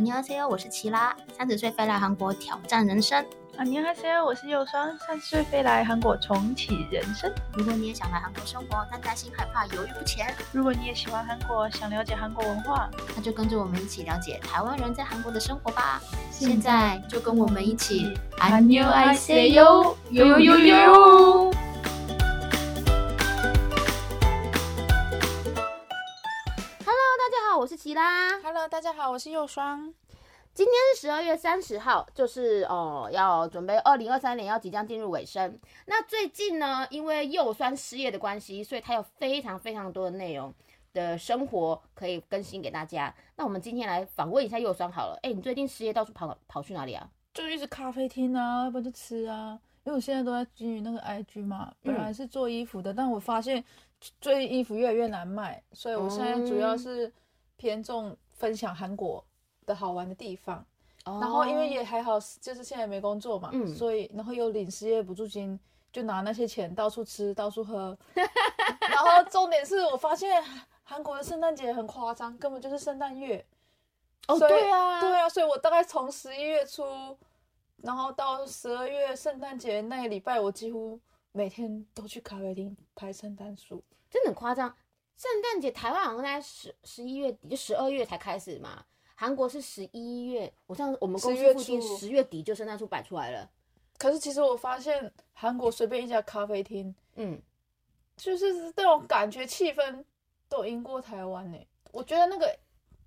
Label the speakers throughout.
Speaker 1: 你好，C O，我是奇拉，三十岁飞来韩国挑战人生。
Speaker 2: 啊，你好，C O，我是佑双，三十岁飞来韩国重启人生。
Speaker 1: 如果你也想来韩国生活，但担心害怕、犹豫不前，
Speaker 2: 如果你也喜欢韩国，想了解韩国文化，
Speaker 1: 那就跟着我们一起了解台湾人在韩国的生活吧。现在就跟我们一起，
Speaker 2: 안녕하세
Speaker 1: 哟哟
Speaker 2: 요哟
Speaker 1: 哟
Speaker 2: 哟
Speaker 1: 哟
Speaker 2: 哟。
Speaker 3: Hello，大家好，我是奇拉。
Speaker 2: Hello，大家好，我是佑双。
Speaker 3: 今天是十二月三十号，就是哦、呃要准备二零二三年要即将进入尾声。那最近呢，因为幼酸失业的关系，所以它有非常非常多的内容的生活可以更新给大家。那我们今天来访问一下幼酸好了。哎、你最近失业到处跑跑去哪里啊？
Speaker 4: 就一直咖啡厅啊，要不然就吃啊。因为我现在都在经营那个 IG 嘛，本
Speaker 2: 嗯
Speaker 4: 来是做衣服的，但我发现最近衣服越来越难卖，所以我现在主
Speaker 1: 哦
Speaker 4: 要是偏重分享韩国的好玩的地方。然后因为也还好，就是现在没工作嘛，
Speaker 3: 哦嗯
Speaker 4: 所以然后有领失业补助金，就拿那些钱到处吃到处喝。 然后重点是我发现韩国的圣诞节很夸张，根本就是圣诞月。
Speaker 3: 哦，
Speaker 4: 所以
Speaker 3: 对啊，
Speaker 4: 对啊，所以我大概从十一月初，然后到十二月圣诞节那个礼拜，我几乎每天都去咖啡厅拍圣诞树。
Speaker 3: 真的很夸张。圣诞节台湾好像在十十一月底，就十二月才开始嘛。韩国是十一月，我上我们公
Speaker 4: 10
Speaker 3: 司
Speaker 4: 月
Speaker 3: 附近
Speaker 4: 初
Speaker 3: 十月底就圣诞树摆出来了。
Speaker 4: 可是其实我发现韩国随便一家咖啡厅，
Speaker 3: 嗯，
Speaker 4: 就是那种感觉气氛都赢过台湾呢、欸我觉得那个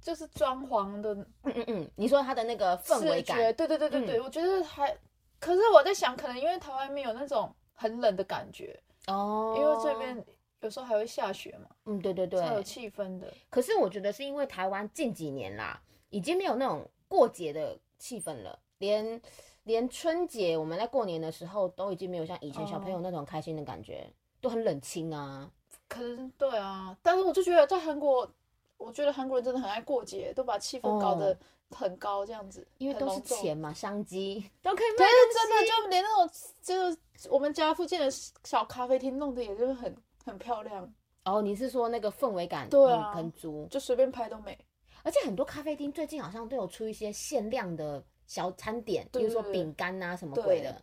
Speaker 4: 就是装潢的
Speaker 3: 嗯嗯嗯，你说它的那个氛围
Speaker 4: 视觉，
Speaker 3: 感，嗯
Speaker 4: 对对对对对，我觉得还。可是我在想，可能因为台湾没有那种很冷的感觉，
Speaker 3: 哦，
Speaker 4: 因为这，边有时候还会下雪嘛，
Speaker 3: 嗯，对对
Speaker 4: 才有
Speaker 3: 对。
Speaker 4: 气氛的。
Speaker 3: 可是我觉得是因为台湾近几年啦，已经没有那种过节的气氛了，连连春节我们在过年的时候都已经没有像以前小朋友那种开心的感
Speaker 4: 哦
Speaker 3: 觉，都很冷清啊。
Speaker 4: 可能对啊，但是我就觉得在韩国，我觉得韩国人真的很爱过节，都把气氛搞得很高这样子，
Speaker 3: 哦因为
Speaker 4: 很
Speaker 3: 都是
Speaker 4: 隆重。
Speaker 3: 钱嘛，商机都可以卖
Speaker 4: 对，
Speaker 3: 东
Speaker 4: 真的
Speaker 3: 西
Speaker 4: 就连那种就是我们家附近的小咖啡厅弄得也就是很很漂亮，
Speaker 3: 哦，你是说那个氛围感
Speaker 4: 啊对啊
Speaker 3: 很很足，
Speaker 4: 就随便拍都美。
Speaker 3: 而且很多咖啡厅最近好像都有出一些限量的小餐点，比
Speaker 4: 对
Speaker 3: 如说
Speaker 4: 对对
Speaker 3: 饼干啊什么
Speaker 4: 对
Speaker 3: 鬼的。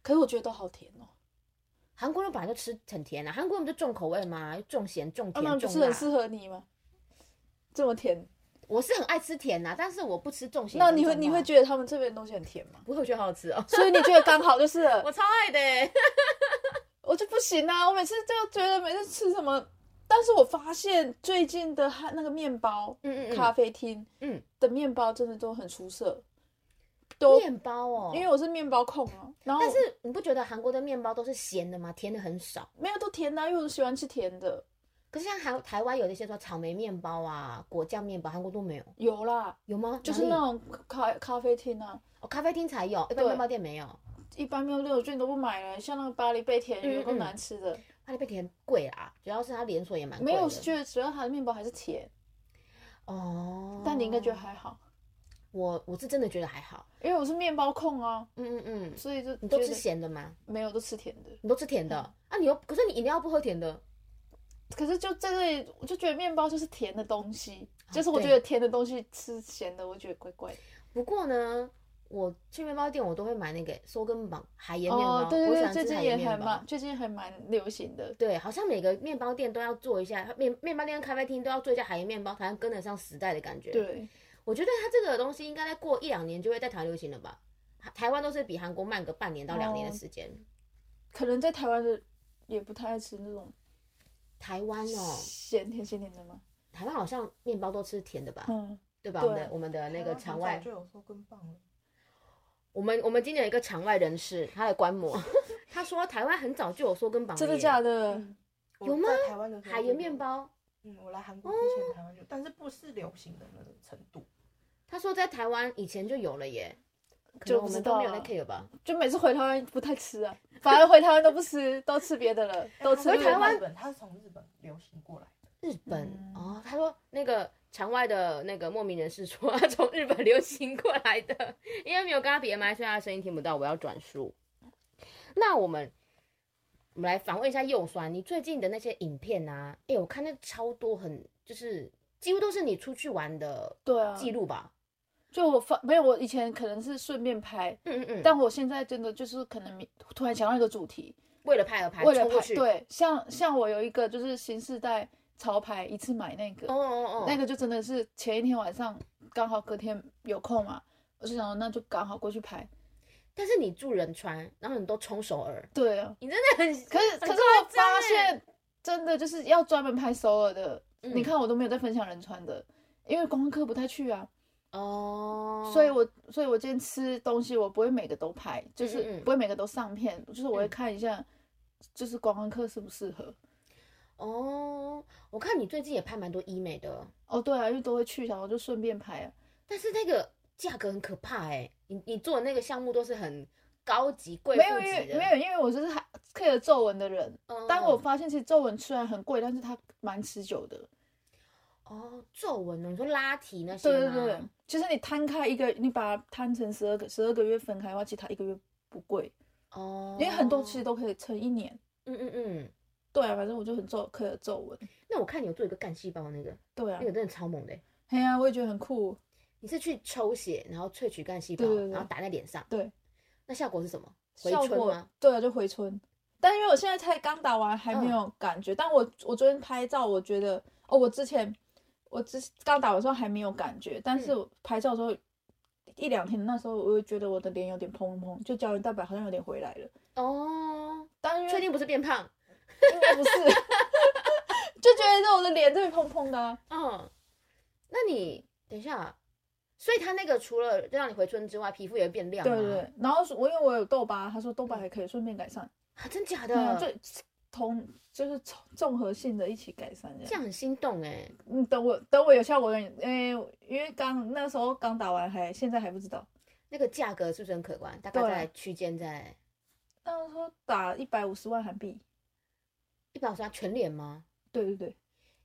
Speaker 4: 可是我觉得都好甜哦，
Speaker 3: 韩国人本来就吃很甜啊，韩国人不就重口味吗？重咸、重
Speaker 4: 啊，
Speaker 3: 甜、
Speaker 4: 那不
Speaker 3: 重
Speaker 4: 是很
Speaker 3: 辣。
Speaker 4: 适合你吗？这么甜，
Speaker 3: 我是很爱吃甜呐、但是我不吃重咸。
Speaker 4: 那你会
Speaker 3: 重辣
Speaker 4: 你会觉得他们这边的东西很甜吗？
Speaker 3: 不会觉得好 好吃哦？
Speaker 4: 所以你觉得刚好就是了
Speaker 3: 我超爱的欸，
Speaker 4: 我就不行啊！我每次就觉得每次吃什么，但是我发现最近的汉那个面包，
Speaker 3: 嗯嗯嗯
Speaker 4: 咖啡厅，
Speaker 3: 嗯
Speaker 4: 的面包真的都很出色，都
Speaker 3: 面包哦。
Speaker 4: 因为我是面包控啊，然后
Speaker 3: 但是你不觉得韩国的面包都是咸的吗？甜的很少。
Speaker 4: 没有都甜的啊、因为我喜欢吃甜的，
Speaker 3: 可是像韩台湾有那些说草莓面包啊、果酱面包，韩国都没有，
Speaker 4: 有啦，
Speaker 3: 有吗？
Speaker 4: 就是
Speaker 3: 哪
Speaker 4: 那
Speaker 3: 里、
Speaker 4: 种咖咖啡厅啊，
Speaker 3: 哦、咖啡厅才有，一
Speaker 4: 对
Speaker 3: 般面包店没有。
Speaker 4: 一般没有六卷都不买了，像那个巴黎贝甜
Speaker 3: 嗯
Speaker 4: 有够
Speaker 3: 嗯
Speaker 4: 难吃的，
Speaker 3: 它那边甜贵啦，主要是它连锁也蛮贵
Speaker 4: 没
Speaker 3: 的。
Speaker 4: 有，我是觉得主要它的面包还是甜，
Speaker 3: 哦，
Speaker 4: 但你应该觉得还好，
Speaker 3: 我我是真的觉得还好。
Speaker 4: 因为我是面包控啊，
Speaker 3: 嗯嗯嗯，
Speaker 4: 所以就
Speaker 3: 你都
Speaker 4: 觉
Speaker 3: 吃
Speaker 4: 得
Speaker 3: 咸的吗？
Speaker 4: 没有都吃甜的。
Speaker 3: 你都吃甜的、
Speaker 4: 嗯
Speaker 3: 啊？你又可是你饮料不喝甜的，
Speaker 4: 可是就在这里，我就觉得面包就是甜的东西，
Speaker 3: 啊
Speaker 4: 就是我
Speaker 3: 对
Speaker 4: 觉得甜的东西吃咸的，我觉得怪怪的。
Speaker 3: 不过呢，我去面包店我都会买那个苏根堡海盐面包，
Speaker 4: 哦，对
Speaker 3: 我
Speaker 4: 对
Speaker 3: 喜
Speaker 4: 对，
Speaker 3: 欢
Speaker 4: 最
Speaker 3: 吃
Speaker 4: 近
Speaker 3: 海
Speaker 4: 也
Speaker 3: 盐
Speaker 4: 还
Speaker 3: 面包
Speaker 4: 蛮。最近还蛮流行的。
Speaker 3: 对，好像每个面包店都要做一下，面面包店跟咖啡厅都要做一下海盐面包，才能跟得上时代的感觉。，
Speaker 4: 对，
Speaker 3: 我觉得它这个东西应该再过一两年就会在台湾流行了吧？台台湾都是比韩国慢个半年到两年的
Speaker 4: 哦
Speaker 3: 时间。
Speaker 4: 可能在台湾的也不太爱吃那种
Speaker 3: 台湾哦，
Speaker 4: 咸甜咸甜的嘛。
Speaker 3: 台湾好像面包都吃甜的吧？
Speaker 4: 嗯，
Speaker 3: 对吧？
Speaker 4: 对
Speaker 3: 我们的我们的
Speaker 2: 啊
Speaker 3: 那个场外，
Speaker 2: 有说更棒了。
Speaker 3: 我们我们今年有一个场外人士，他来观 摩，他说台湾很早就有缩根绑，
Speaker 4: 真的假？的？
Speaker 3: 嗯有吗？
Speaker 2: 台湾的时候
Speaker 3: 海
Speaker 2: 就
Speaker 3: 盐
Speaker 2: 有
Speaker 3: 面，包，哦
Speaker 2: 嗯，我来韩国之前台湾就，但是不是流行的那种程度。
Speaker 3: 他说在台湾以前就有了耶，可
Speaker 4: 就
Speaker 3: 能我
Speaker 4: 不
Speaker 3: 们
Speaker 4: 知
Speaker 3: 都没有
Speaker 4: 道
Speaker 3: 在
Speaker 4: 啊
Speaker 3: care 吧？
Speaker 4: 就每次回台湾不太吃啊，反而回台湾都不吃，都吃别的了，都吃
Speaker 2: 回
Speaker 4: 日
Speaker 2: 台
Speaker 4: 本
Speaker 2: 湾，它哎是从日本流行过来的。
Speaker 3: 日本
Speaker 4: 嗯
Speaker 3: 哦，他说那个场外的那个莫名人士说他从日本流行过来的，因为没有跟他比 M I，所以他的声音听不到，我要转述。那我们我们来访问一下右酸，你最近的那些影片啊，哎，我看那超多很，就是几乎都是你出去玩的
Speaker 4: 对啊，
Speaker 3: 记录吧？
Speaker 4: 就我发没有，我以前可能是顺便拍，
Speaker 3: 嗯嗯嗯，
Speaker 4: 但我现在真的就是可能明突然想到一个主题，
Speaker 3: 为了拍而拍，
Speaker 4: 为了
Speaker 3: 冲过
Speaker 4: 拍
Speaker 3: 去，
Speaker 4: 对，像像我有一个就是新世代潮牌，一次买那个，
Speaker 3: 哦哦哦，
Speaker 4: 那个就真的是前一天晚上刚好隔天有空嘛，我就想说那就刚好过去拍，
Speaker 3: 但是你住仁川，然后你都冲首尔，
Speaker 4: 对啊，
Speaker 3: 你真的很
Speaker 4: 可是可
Speaker 3: 很
Speaker 4: 是
Speaker 3: 夸
Speaker 4: 我
Speaker 3: 张
Speaker 4: 发
Speaker 3: 欸
Speaker 4: 现真的就是要专门拍首尔的，
Speaker 3: 嗯
Speaker 4: 你看我都没有在分享仁川的，因为观光客不太去啊，
Speaker 3: 哦，
Speaker 4: 所以我所以我今天吃东西我不会每个都拍，就
Speaker 3: 嗯
Speaker 4: 是
Speaker 3: 嗯
Speaker 4: 不会每个都上片，就是我会
Speaker 3: 嗯
Speaker 4: 看一下，就是观光客适不适合。
Speaker 3: 哦，我看你最近也拍蛮多医美的，
Speaker 4: 哦，对啊，因为都会去，然后就顺便拍啊。
Speaker 3: 但是那个价格很可怕哎、你你做的那个项目都是很高级贵妇
Speaker 4: 没有，因为
Speaker 3: 级的，
Speaker 4: 没有，因为我就是还 care 皱纹的人。
Speaker 3: 嗯，
Speaker 4: 但我发现其实皱纹虽然很贵，但是它蛮持久的。
Speaker 3: 哦皱纹哦，你说拉提那些
Speaker 4: 对对
Speaker 3: 吗
Speaker 4: 对，其实你摊开一个，你把它摊成十二个十二个月分开的话，其实它一个月不贵，
Speaker 3: 哦，
Speaker 4: 因为很多其实都可以撑一年。
Speaker 3: 嗯嗯嗯，
Speaker 4: 对啊，反正我就很皱 care 皱纹。
Speaker 3: 那我看你有做一个干细胞那个，
Speaker 4: 对啊
Speaker 3: 那，个真的超猛的欸、
Speaker 4: 嘿啊，我也觉得很酷。
Speaker 3: 你是去抽血，然后萃取干细胞，
Speaker 4: 对对对
Speaker 3: 然后打在脸上，
Speaker 4: 对，
Speaker 3: 那效果是什么？回
Speaker 4: 效
Speaker 3: 春
Speaker 4: 果
Speaker 3: 吗？
Speaker 4: 对啊，就回春。但因为我现在才刚打完，还没
Speaker 3: 嗯
Speaker 4: 有感觉。但我我昨天拍照，我觉得哦，我之前我之刚打完的时候还没有感觉，但
Speaker 3: 嗯
Speaker 4: 是我拍照的时候、一两天，那时候我又觉得我的脸有点蓬蓬，就胶原蛋白好像有点回来了。
Speaker 3: 哦，
Speaker 4: 但因为
Speaker 3: 确定不是变胖？
Speaker 4: 应该不是， 就觉得我的脸这里蓬蓬的啊、
Speaker 3: 嗯，那你等一下，所以它那个除了让你回春之外，皮肤也会变亮
Speaker 4: 对
Speaker 3: 吗？嗯
Speaker 4: 对对。然后我因为我有痘疤，他说痘疤还可以顺便改善，
Speaker 3: 啊，真假
Speaker 4: 对啊，
Speaker 3: 的？
Speaker 4: 就同就是综综合性的一起改善这样
Speaker 3: 这。样很心动哎、
Speaker 4: 嗯，等我等我有效果的，诶、因为刚那时候刚打完还，现在还不知道。
Speaker 3: 那个价格是不是很可观？大概
Speaker 4: 对啊
Speaker 3: 在区间在
Speaker 4: 那时候打一百五十万韩币，
Speaker 3: 一百五十万全脸吗？
Speaker 4: 对对对，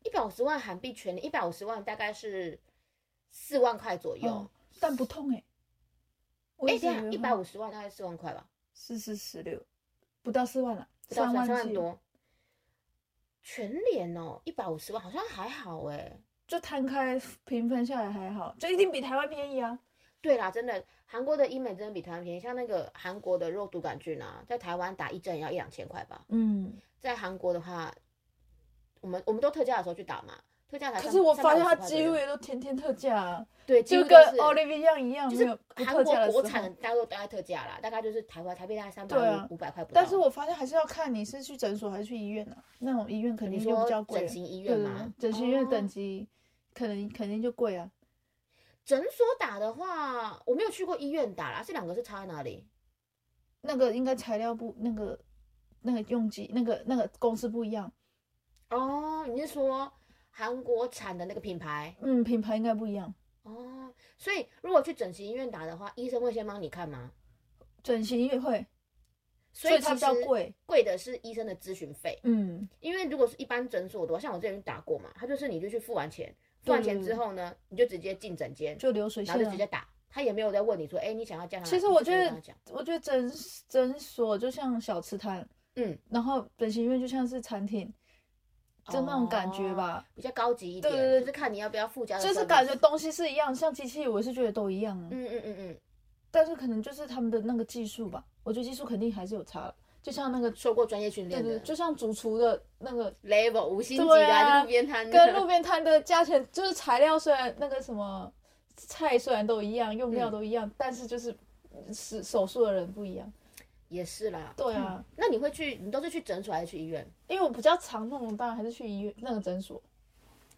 Speaker 3: 一百五十万韩币全脸，一百五十万大概是四万块左右
Speaker 4: 嗯。但不痛诶、我
Speaker 3: 哎、等一下一百
Speaker 4: 五
Speaker 3: 五十万大概四万块吧，
Speaker 4: 四四十六，不到四万了、
Speaker 3: 不到
Speaker 4: 三
Speaker 3: 三
Speaker 4: 万
Speaker 3: 万
Speaker 4: 起
Speaker 3: 多。全脸哦，一百五十万好像还好哎、
Speaker 4: 就摊开平分下来还好，就一定比台湾便宜啊。
Speaker 3: 对啦，真的，韩国的医美真的比台湾便宜。像那个韩国的肉毒杆菌啊，在台湾打一针也要一两千块吧，
Speaker 4: 嗯，
Speaker 3: 在韩国的话，我们我们都特价的时候去打嘛，特价才
Speaker 4: 可
Speaker 3: 300。
Speaker 4: 是我发现它
Speaker 3: 350块左
Speaker 4: 几
Speaker 3: 右
Speaker 4: 乎也都天天特价、啊，
Speaker 3: 对，几
Speaker 4: 就
Speaker 3: 乎都
Speaker 4: 跟
Speaker 3: 是
Speaker 4: Olivia 一样，
Speaker 3: 就
Speaker 4: 没有
Speaker 3: 是
Speaker 4: 不
Speaker 3: 韩
Speaker 4: 特价
Speaker 3: 国
Speaker 4: 的
Speaker 3: 国
Speaker 4: 时
Speaker 3: 产的
Speaker 4: 候。
Speaker 3: 大家都大概特价啦，大概就是台湾台币大概三百
Speaker 4: 对啊
Speaker 3: 五五百块不到。
Speaker 4: 但是我发现还是要看你是去诊所还是去医院啊，那种医院肯
Speaker 3: 你
Speaker 4: 定就比
Speaker 3: 说
Speaker 4: 较贵
Speaker 3: 整
Speaker 4: 啊。
Speaker 3: 形医
Speaker 4: 对
Speaker 3: 院
Speaker 4: 对
Speaker 3: 吗
Speaker 4: 对，？整形医院等
Speaker 3: 哦
Speaker 4: 级可能肯定就贵啊。
Speaker 3: 诊所打的话，我没有去过医院打啦，这两个是差在哪里？
Speaker 4: 那个应该材料不那个那个用剂那个那个公司不一样，
Speaker 3: 哦，你是说韩国产的那个品牌？
Speaker 4: 嗯，品牌应该不一样。
Speaker 3: 哦，所以如果去整形医院打的话，医生会先帮你看吗？
Speaker 4: 整形医院会，
Speaker 3: 所
Speaker 4: 以
Speaker 3: 以
Speaker 4: 它
Speaker 3: 其
Speaker 4: 比较
Speaker 3: 实
Speaker 4: 贵。
Speaker 3: 贵的是医生的咨询费，
Speaker 4: 嗯，
Speaker 3: 因为如果是一般诊所的话，像我之前打过嘛，他就是你就去付完钱，付完钱之
Speaker 4: 对
Speaker 3: 后呢，你就直接进诊
Speaker 4: 嗯
Speaker 3: 间，
Speaker 4: 就流水
Speaker 3: 然后
Speaker 4: 线、
Speaker 3: 就直
Speaker 4: 啊。
Speaker 3: 接打，他也没有在问你说，哎、你想要加上哪，
Speaker 4: 其实
Speaker 3: 你
Speaker 4: 我
Speaker 3: 就
Speaker 4: 觉
Speaker 3: 直接跟
Speaker 4: 得
Speaker 3: 他讲，
Speaker 4: 我觉得诊诊所就像小吃摊，
Speaker 3: 嗯，
Speaker 4: 然后整形医院就像是餐厅，就那种感觉吧。
Speaker 3: 比较高级一
Speaker 4: 对
Speaker 3: 点，
Speaker 4: 对对
Speaker 3: 就是看你要不要附加的，
Speaker 4: 就是感觉，东西是一样，像机器我是觉得都一样啊，
Speaker 3: 嗯嗯嗯嗯，
Speaker 4: 但是可能就是他们的那个技术吧，我觉得技术肯定还是有差了。就像那个
Speaker 3: 受过专业训
Speaker 4: 对
Speaker 3: 练
Speaker 4: 对，
Speaker 3: 的
Speaker 4: 就像主厨的那 个
Speaker 3: level 五星级
Speaker 4: 对
Speaker 3: 的、
Speaker 4: 啊
Speaker 3: 路边摊的
Speaker 4: 跟路边摊的价钱，就是材料虽然那个什么菜虽然都一样，用料都一样，但是就是手手术的人不一样。
Speaker 3: 也是啦。
Speaker 4: 对啊，
Speaker 3: 那你会去，你都是去诊所还是去医院？
Speaker 4: 因为我比较常弄，当然还是去医院那个诊所。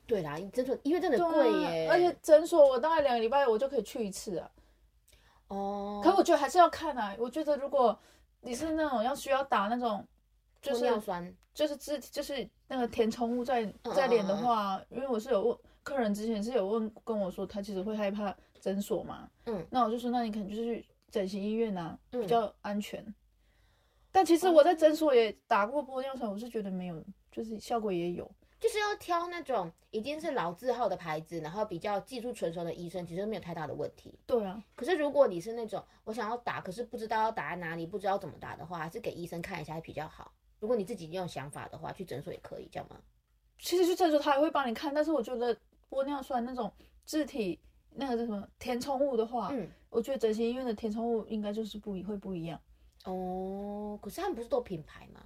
Speaker 3: 对啦，你诊所医院真的
Speaker 4: 对啊
Speaker 3: 贵耶，
Speaker 4: 而且诊所我大概两个礼拜我就可以去一次啊。
Speaker 3: 哦，
Speaker 4: 可我觉得还是要看啊，我觉得如果你是那种要需要打那种。就
Speaker 3: 玻
Speaker 4: 是
Speaker 3: 尿酸，
Speaker 4: 就是自就是那个填充物在
Speaker 3: 嗯
Speaker 4: 在脸
Speaker 3: 嗯
Speaker 4: 的
Speaker 3: 嗯
Speaker 4: 话，因为我是有问客人之前是有问跟我说，他其实会害怕诊所嘛，
Speaker 3: 嗯，
Speaker 4: 那我就说那你可能就是去整形医院啊，
Speaker 3: 嗯
Speaker 4: 比较安全。但其实我在诊所也打过玻尿酸，我是觉得没有，就是效果也有。
Speaker 3: 就是要挑那种已经是老字号的牌子，然后比较技术成熟的医生，其实没有太大的问题。
Speaker 4: 对啊，
Speaker 3: 可是如果你是那种我想要打，可是不知道要打在哪里，不知道怎么打的话，还是给医生看一下比较好。如果你自己有想法的话，去诊所也可以，这样吗？
Speaker 4: 其实去诊所他也会帮你看，但是我觉得玻尿酸那种自体那个叫什么填充物的话，
Speaker 3: 嗯，
Speaker 4: 我觉得整形医院的填充物应该就是不一会不一样，
Speaker 3: 哦，可是他们不是都有品牌吗？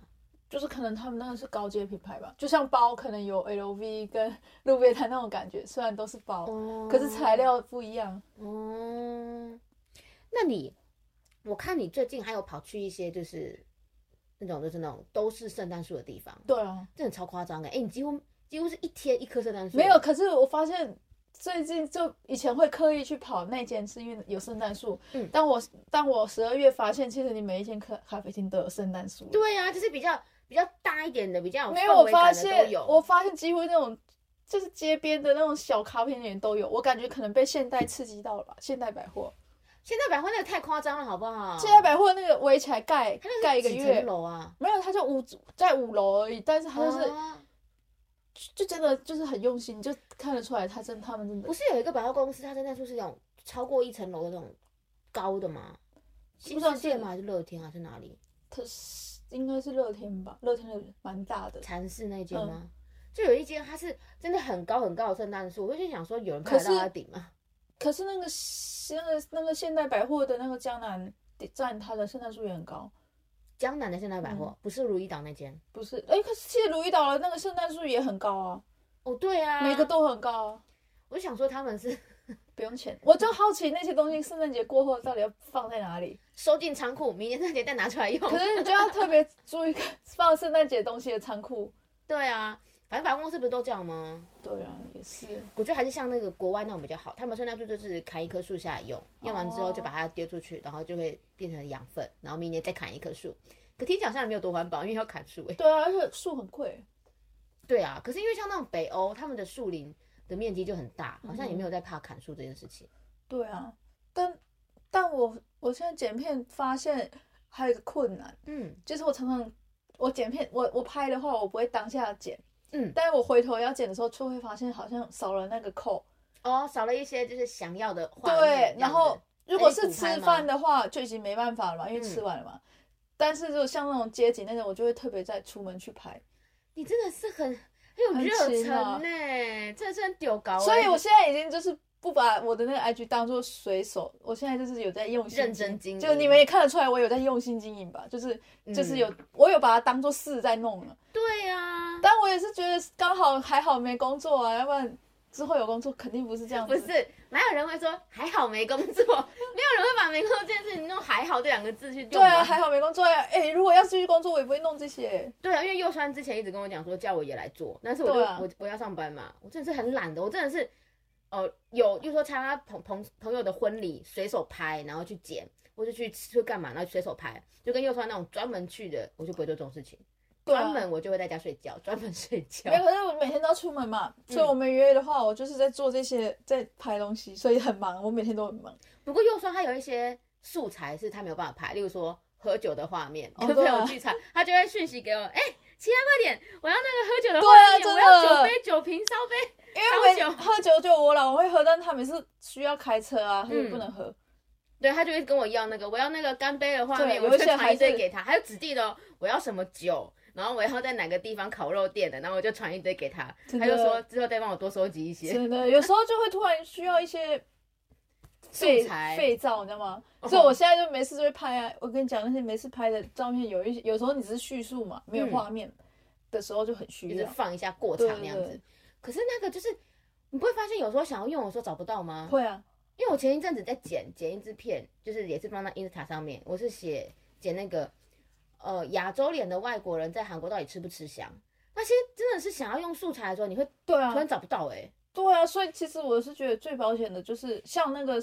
Speaker 4: 就是可能他们那个是高阶品牌吧，就像包可能有 LV 跟 路边摊那种感觉，虽然都是包，
Speaker 3: 哦，
Speaker 4: 可是材料不一样。
Speaker 3: 哦，那你，我看你最近还有跑去一些就是那种就是那种都是圣诞树的地方，
Speaker 4: 对啊，
Speaker 3: 真的超夸张哎！哎，你几乎几乎是一天一棵圣诞树，
Speaker 4: 没有。可是我发现最近就以前会刻意去跑那间，是因为有圣诞树。
Speaker 3: 嗯
Speaker 4: 但我但我十二月发现，其实你每一间咖咖啡厅都有圣诞树。
Speaker 3: 对啊，就是比较比较大一点的，比较有
Speaker 4: 没
Speaker 3: 氛
Speaker 4: 有，我
Speaker 3: 围
Speaker 4: 发
Speaker 3: 感的都
Speaker 4: 现
Speaker 3: 有。
Speaker 4: 我发现几乎那种就是街边的那种小咖啡店都有。我感觉可能被现代刺激到了吧，现代百
Speaker 3: 哦
Speaker 4: 货，
Speaker 3: 现在百货那个太夸张了，好不好？
Speaker 4: 现代百货那个围起来盖
Speaker 3: 它那
Speaker 4: 盖
Speaker 3: 是
Speaker 4: 一个
Speaker 3: 几层
Speaker 4: 月。
Speaker 3: 楼啊？
Speaker 4: 没有，它就五在五楼而已，但是它就是、
Speaker 3: 啊
Speaker 4: 就真的就是很用心，就看得出来，它真他们真的
Speaker 3: 不是有一个百货公司，它圣诞树是那种超过一层楼的那种高的吗？新
Speaker 4: 知道
Speaker 3: 世界
Speaker 4: 是
Speaker 3: 吗？还是乐天啊还是哪里？
Speaker 4: 它是应该是乐天吧，乐天的蛮大的。
Speaker 3: 禅寺那间
Speaker 4: 嗯
Speaker 3: 吗？就有一间，它是真的很高很高的圣诞树，我就想说，有人
Speaker 4: 可
Speaker 3: 看得到
Speaker 4: 是
Speaker 3: 它的顶吗？
Speaker 4: 可是那个西那个那个现代百货的那个江南站，它的圣诞树也很高，
Speaker 3: 江南的圣诞百
Speaker 4: 嗯
Speaker 3: 货、不是如意岛那间
Speaker 4: 不是？哎，可是其实如意岛的那个圣诞树也很高啊，
Speaker 3: 哦，对啊，
Speaker 4: 每个都很高啊，
Speaker 3: 我就想说他们是
Speaker 4: 不用钱。我就好奇那些东西圣诞节过后到底要放在哪里？
Speaker 3: 收进仓库，明年圣诞节再拿出来用。
Speaker 4: 可是你就要特别注意放圣诞节东西的仓库。
Speaker 3: 对啊，反正百货公司不是都这样吗？
Speaker 4: 对啊，也是。
Speaker 3: 我觉得还是像那个国外那种比较好，他们圣诞树就是砍一棵树下来
Speaker 4: 哦
Speaker 3: 用，用完之后就把它丢出去，然后就会变成养分，然后明年再砍一棵树。可听讲好像也没有多环保，因为要砍树哎、
Speaker 4: 对啊，而且树很贵。
Speaker 3: 对啊，可是因为像那种北欧，他们的树林的面积就很大，好像
Speaker 4: 嗯
Speaker 3: 也没有在怕砍树这件事情。
Speaker 4: 对啊，但但我我现在剪片发现还有一个困难，
Speaker 3: 嗯，
Speaker 4: 就是我常常我剪片，我我拍的话，我不会当下剪，
Speaker 3: 嗯
Speaker 4: 但是我回头要剪的时候，就会发现好像少了那个扣。
Speaker 3: 哦，少了一些就是想要的画面这样
Speaker 4: 对，
Speaker 3: 子
Speaker 4: 然后如果是
Speaker 3: 你补
Speaker 4: 吃
Speaker 3: 拍吗
Speaker 4: 饭的话，就已经没办法了嘛，因为
Speaker 3: 嗯
Speaker 4: 吃完了嘛。但是就像那种街景那种，我就会特别在出门去拍，
Speaker 3: 你真的是很很有热
Speaker 4: 很勤
Speaker 3: 忱
Speaker 4: 劳
Speaker 3: 呢、真的是很丢高欸、
Speaker 4: 所以我现在已经就是。不把我的那个 IG 当做随手，我现在就是有在用心
Speaker 3: 认真经营嗯
Speaker 4: 就你们也看得出来，我有在用心经营吧，就是就是有、我有把它当做事在弄了。
Speaker 3: 对啊，
Speaker 4: 但我也是觉得刚好还好没工作啊，要不然之后有工作肯定不是这样
Speaker 3: 不
Speaker 4: 子。
Speaker 3: 是哪有人会说还好没工作， 没有人会把没工作这件事情弄还好这两个字去用
Speaker 4: 对啊，
Speaker 3: 吧
Speaker 4: 还好没工作呀、哎、如果要继续工作，我也不会弄这些。
Speaker 3: 对啊，因为右川之前一直跟我讲说叫我也来做，但是我就、
Speaker 4: 对啊
Speaker 3: 我我要上班嘛，我真的是很懒的，我真的是，呃，有又说参加朋朋朋友的婚礼，随手拍，然后去剪，或者去去干嘛，然后随手拍，就跟右川那种专门去的，我就不会做这种事情，
Speaker 4: 对啊
Speaker 3: 专门我就会在家睡觉，专门睡觉
Speaker 4: 没。有，可是我每天都要出门嘛，所以
Speaker 3: 嗯
Speaker 4: 我们约的话，我就是在做这些，在拍东西，所以很忙，我每天都很忙。
Speaker 3: 不过右川他有一些素材是他没有办法拍，例如说喝酒的画面，
Speaker 4: 哦
Speaker 3: 跟朋
Speaker 4: 对啊
Speaker 3: 友聚餐，他就会讯息给我，哎、其他快点，我要那个喝酒的
Speaker 4: 对啊
Speaker 3: 画面，
Speaker 4: 真
Speaker 3: 我要酒
Speaker 4: 的
Speaker 3: 杯、酒瓶、烧杯。
Speaker 4: 因为
Speaker 3: 超久
Speaker 4: 每喝酒就我老公会喝，但他每次需要开车啊，他就
Speaker 3: 嗯
Speaker 4: 不能喝。
Speaker 3: 对他就会跟我要那个，我要那个干杯的画
Speaker 4: 对
Speaker 3: 面，我就
Speaker 4: 有一些
Speaker 3: 传一
Speaker 4: 还
Speaker 3: 堆
Speaker 4: 是
Speaker 3: 给他，还有指定的、哦，我要什么酒，然后我要在哪个地方烤肉店的，然后我就传一堆给他，
Speaker 4: 真
Speaker 3: 他
Speaker 4: 的
Speaker 3: 就说之后再帮我多收集一些。
Speaker 4: 真的，有时候就会突然需要一些废
Speaker 3: 素材
Speaker 4: 废照，你知道吗？
Speaker 3: 哦
Speaker 4: 所以我现在就没事就会拍啊。我跟你讲，那些没事拍的照片，有一些有时候你只是叙述嘛，没有
Speaker 3: 嗯
Speaker 4: 画面的时候就很
Speaker 3: 就
Speaker 4: 需
Speaker 3: 是
Speaker 4: 要。
Speaker 3: 放一下过场
Speaker 4: 对
Speaker 3: 那
Speaker 4: 哦对
Speaker 3: 样子。
Speaker 4: 对，
Speaker 3: 可是那个就是，你不会发现有时候想要用的时候找不到吗？
Speaker 4: 会啊，
Speaker 3: 因为我前一阵子在剪剪一支片，就是也是放到 Insta 上面，我是写剪那个呃亚洲脸的外国人在韩国到底吃不吃香？那些真的是想要用素材的时候，你会
Speaker 4: 对
Speaker 3: 突然
Speaker 4: 啊，
Speaker 3: 找不到哎、
Speaker 4: 对啊。所以其实我是觉得最保险的就是像那个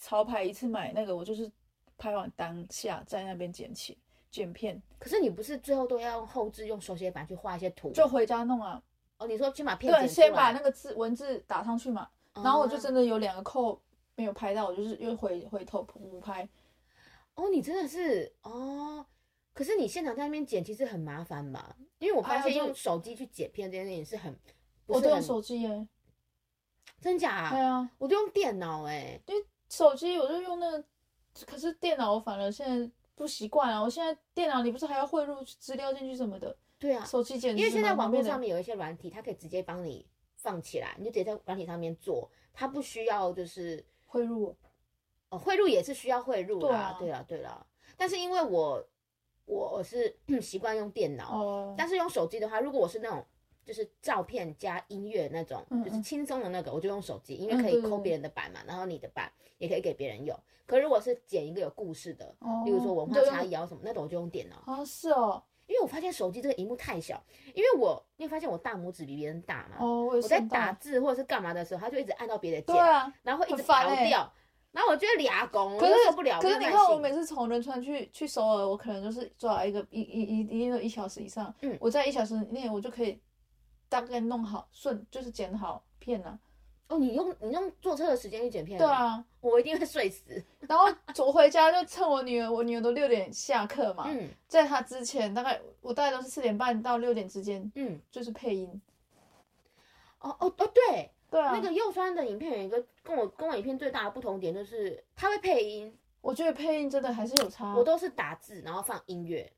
Speaker 4: 潮牌一次买那个，我就是拍完当下在那边剪起剪片，
Speaker 3: 可是你不是最后都要用后置用手写板去画一些图吗？
Speaker 4: 就回家弄啊。
Speaker 3: 哦，你说先把嗯片
Speaker 4: 对，
Speaker 3: 剪出来
Speaker 4: 先把那个字文字打上去嘛，然后我就
Speaker 3: 哦
Speaker 4: 真的有两个扣没有拍到，我就是又回回头补拍。
Speaker 3: 哦，你真的是哦。可是你现场在那边剪其实很麻烦吧？因为我发
Speaker 4: 哎呀
Speaker 3: 现
Speaker 4: 就
Speaker 3: 用手机去剪片这件事情是很，不
Speaker 4: 我
Speaker 3: 是
Speaker 4: 都
Speaker 3: 很
Speaker 4: 用手机耶，
Speaker 3: 真假
Speaker 4: 对
Speaker 3: 啊？
Speaker 4: 啊，
Speaker 3: 我都用电脑哎，
Speaker 4: 手机我就用那个，可是电脑我反而现在不习惯啊。我现在电脑你不是还要汇入资料进去什么的，
Speaker 3: 对啊，
Speaker 4: 手机简直
Speaker 3: 因为
Speaker 4: 是
Speaker 3: 现在
Speaker 4: 蛮
Speaker 3: 网
Speaker 4: 方
Speaker 3: 络
Speaker 4: 便的
Speaker 3: 上面有一些软体，它可以直接帮你放起来，你就直接在软体上面做，它不需要就是
Speaker 4: 汇入我，
Speaker 3: 哦，汇入也是需要汇入
Speaker 4: 对
Speaker 3: 啦
Speaker 4: 啊，
Speaker 3: 对啦，对啦。但是因为我我我是 习惯用电脑，
Speaker 4: 哦，
Speaker 3: 但是用手机的话，如果我是那种就是照片加音乐那种，
Speaker 4: 嗯
Speaker 3: 就是
Speaker 4: 嗯
Speaker 3: 轻松的那个，我就用手机，因
Speaker 4: 嗯
Speaker 3: 为可以
Speaker 4: 对对
Speaker 3: 抠
Speaker 4: 对
Speaker 3: 别人的版嘛，然后你的版也可以给别人用。可如果是剪一个有故事的，
Speaker 4: 哦
Speaker 3: 例如说文
Speaker 4: 你
Speaker 3: 化
Speaker 4: 就
Speaker 3: 差
Speaker 4: 用
Speaker 3: 异啊什么那种，我就用电脑，
Speaker 4: 啊是哦，
Speaker 3: 因为我发现手机这个荧幕太小，因为我你有发现我大拇指比别人大嘛，
Speaker 4: 哦，我也
Speaker 3: 啊我在
Speaker 4: 想到
Speaker 3: 打
Speaker 4: 了，
Speaker 3: 字或者是干嘛的时候，他就一直按到别的键
Speaker 4: 对，啊，
Speaker 3: 然后会一
Speaker 4: 很
Speaker 3: 直
Speaker 4: 烦
Speaker 3: 跑
Speaker 4: 欸
Speaker 3: 掉，然后我就会俩拱，我
Speaker 4: 可
Speaker 3: 就是受不了。
Speaker 4: 可是
Speaker 3: 没
Speaker 4: 你
Speaker 3: 有耐
Speaker 4: 看，我
Speaker 3: 性
Speaker 4: 每次从仁川去去首尔，我可能就是抓一个一一一一定有一小时以上，
Speaker 3: 嗯
Speaker 4: 我在一小时内我就可以大概弄好顺，就是剪好片啊，
Speaker 3: 哦，你用你用坐车的时间去剪片，
Speaker 4: 对，啊，
Speaker 3: 我一定会睡死。
Speaker 4: 然后走回家就趁我女儿，我女儿都六点下课嘛，
Speaker 3: 嗯
Speaker 4: 在她之前大概我大概都是四点半到六点之间，
Speaker 3: 嗯，
Speaker 4: 就是配音，
Speaker 3: 哦哦哦，对，
Speaker 4: 对啊，
Speaker 3: 那个右酸的影片有一个跟我跟我影片最大的不同点就是它会配音，
Speaker 4: 我觉得配音真的还是有差，
Speaker 3: 我都是打字然后放音乐，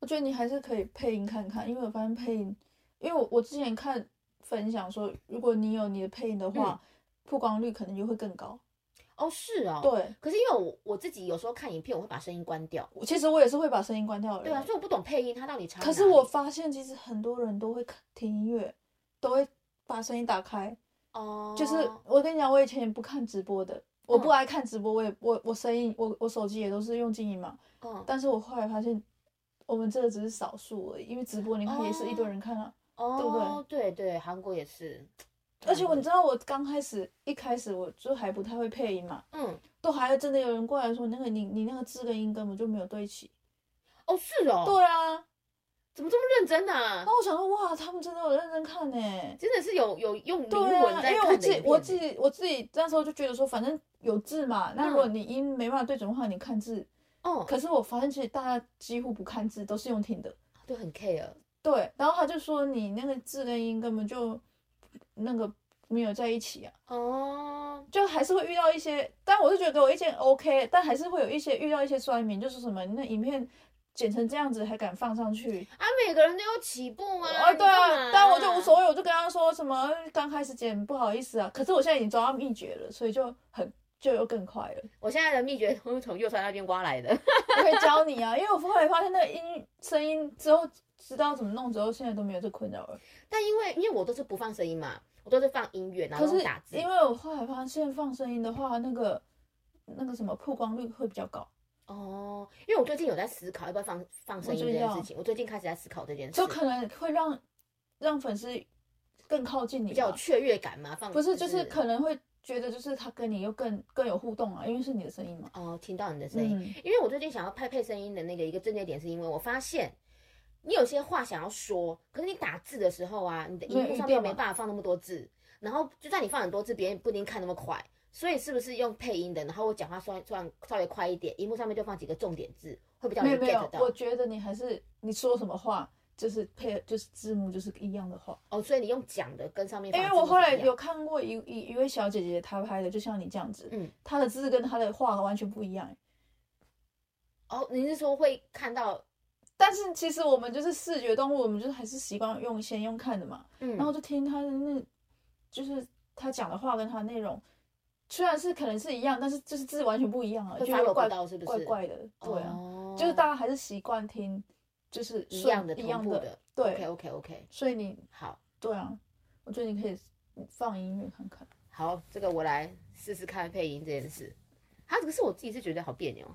Speaker 4: 我觉得你还是可以配音看看，因为我发现配音，因为我我之前看分享说，如果你有你的配音的
Speaker 3: 嗯
Speaker 4: 话，曝光率可能就会更高。
Speaker 3: 哦是哦，。
Speaker 4: 对，
Speaker 3: 可是因为我我自己有时候看影片，我会把声音关掉。
Speaker 4: 我其实我也是会把声音关掉的
Speaker 3: 对啊，
Speaker 4: 人。
Speaker 3: 所以我不懂配音它到底差。
Speaker 4: 可是我发现其实很多人都会看听音乐，都会把声音打开。
Speaker 3: 哦，
Speaker 4: 就是我跟你讲，我以前也不看直播的，我不
Speaker 3: 嗯
Speaker 4: 爱看直播，我也我我声音我我手机也都是用静音嘛。
Speaker 3: 嗯
Speaker 4: 但是我后来发现，我们这个只是少数而已，因为直播你看也是一堆人看啊。
Speaker 3: 哦对对，韩国也是，
Speaker 4: 而且我你知道，我刚开始一开始我就还不太会配音嘛，
Speaker 3: 嗯
Speaker 4: 都还真的有人过来说，那个你你那个字跟音根本就没有对齐。
Speaker 3: 哦是哦，
Speaker 4: 对啊，
Speaker 3: 怎么这么认真呢、啊
Speaker 4: 然后我想说，哇，他们真的有认真看呢、
Speaker 3: 真的是有有用灵
Speaker 4: 对
Speaker 3: 魂
Speaker 4: 啊，
Speaker 3: 在
Speaker 4: 因为我
Speaker 3: 看
Speaker 4: 自
Speaker 3: 的
Speaker 4: 己
Speaker 3: 影片
Speaker 4: 我自己我自己那时候就觉得说，反正有字嘛，那
Speaker 3: 嗯
Speaker 4: 如果你音没办法对准的话，你看字。
Speaker 3: 哦，
Speaker 4: 可是我发现其实大家几乎不看字，都是用听的。
Speaker 3: 就很 care。
Speaker 4: 对，然后他就说你那个字跟音根本就那个没有在一起啊。
Speaker 3: 哦，
Speaker 4: 就还是会遇到一些，但我是觉得给我意见 OK，但还是会有一些遇到一些酸民，就是什么你那影片剪成这样子还敢放上去，
Speaker 3: 啊，每个人都有起步吗？
Speaker 4: 啊
Speaker 3: 你
Speaker 4: 对
Speaker 3: 干嘛
Speaker 4: 啊，但我就无所谓，我就跟他说什么哎刚开始剪不好意思啊，可是我现在已经抓到秘诀了，所以就很就又更快了。
Speaker 3: 我现在的秘诀都是从右川那边刮来的。
Speaker 4: 我可以教你啊，因为我后来发现那个音声音之后知道怎么弄之后，现在都没有这困扰了。
Speaker 3: 但因为因为我都是不放声音嘛，我都是放音乐，然
Speaker 4: 可
Speaker 3: 后
Speaker 4: 是
Speaker 3: 用打字。
Speaker 4: 因为我后来发现放声音的话，那个那个什么曝光率会比较高。
Speaker 3: 哦，因为我最近有在思考要不要放放声音
Speaker 4: 我
Speaker 3: 这
Speaker 4: 知道
Speaker 3: 件事情，我最近开始在思考这件事，
Speaker 4: 哦就可能会让让粉丝更靠近你吧，
Speaker 3: 比较有雀跃感嘛。放
Speaker 4: 不是就是可能会觉得就是他跟你又更更有互动啊，因为是你的声音嘛。
Speaker 3: 哦，听到你的声音。
Speaker 4: 嗯，
Speaker 3: 因为我最近想要拍配声音的那个一个症结点，是因为我发现你有些话想要说，可是你打字的时候啊，你的
Speaker 4: 没有
Speaker 3: 荧幕
Speaker 4: 语
Speaker 3: 上
Speaker 4: 调
Speaker 3: 面没
Speaker 4: 嘛
Speaker 3: 办法放那么多字，然后就算你放很多字，别人不一定看那么快。所以是不是用配音的？然后我讲话算算稍微快一点，荧幕上面就放几个重点字，会比较
Speaker 4: 没
Speaker 3: 容易
Speaker 4: 有没
Speaker 3: get
Speaker 4: 有，我
Speaker 3: 到。
Speaker 4: 觉得你还是你说什么话，就是配就是字幕就是一样的话。
Speaker 3: 哦，所以你用讲的跟上面
Speaker 4: 因
Speaker 3: 放
Speaker 4: 为
Speaker 3: 的字
Speaker 4: 我
Speaker 3: 幕
Speaker 4: 后来
Speaker 3: 不一样
Speaker 4: 有看过一一一位小姐姐她拍的，就像你这样子，
Speaker 3: 嗯，
Speaker 4: 她的字跟她的话完全不一样欸。
Speaker 3: 哦，你是说会看到
Speaker 4: 但是其实我们就是视觉动物，我们就是还是习惯用先用看的嘛。
Speaker 3: 嗯，
Speaker 4: 然后就听他的那，就是他讲的话跟他内容，虽然是可能是一样，但是就是字完全不一样啊，
Speaker 3: 会
Speaker 4: 就
Speaker 3: 发
Speaker 4: 有
Speaker 3: 漏
Speaker 4: 怪
Speaker 3: 不到是不是？
Speaker 4: 怪怪的，对啊，
Speaker 3: 哦
Speaker 4: 就是大家还是习惯听，就是
Speaker 3: 一
Speaker 4: 顺
Speaker 3: 样的
Speaker 4: 一
Speaker 3: 同
Speaker 4: 样
Speaker 3: 步
Speaker 4: 的，
Speaker 3: 的。OK
Speaker 4: 对，
Speaker 3: OK OK，
Speaker 4: 所以你
Speaker 3: 好
Speaker 4: 对啊，我觉得你可以放音乐看看，
Speaker 3: 好，这个我来试试看配音这件事。啊，可是我自己是觉得好别扭。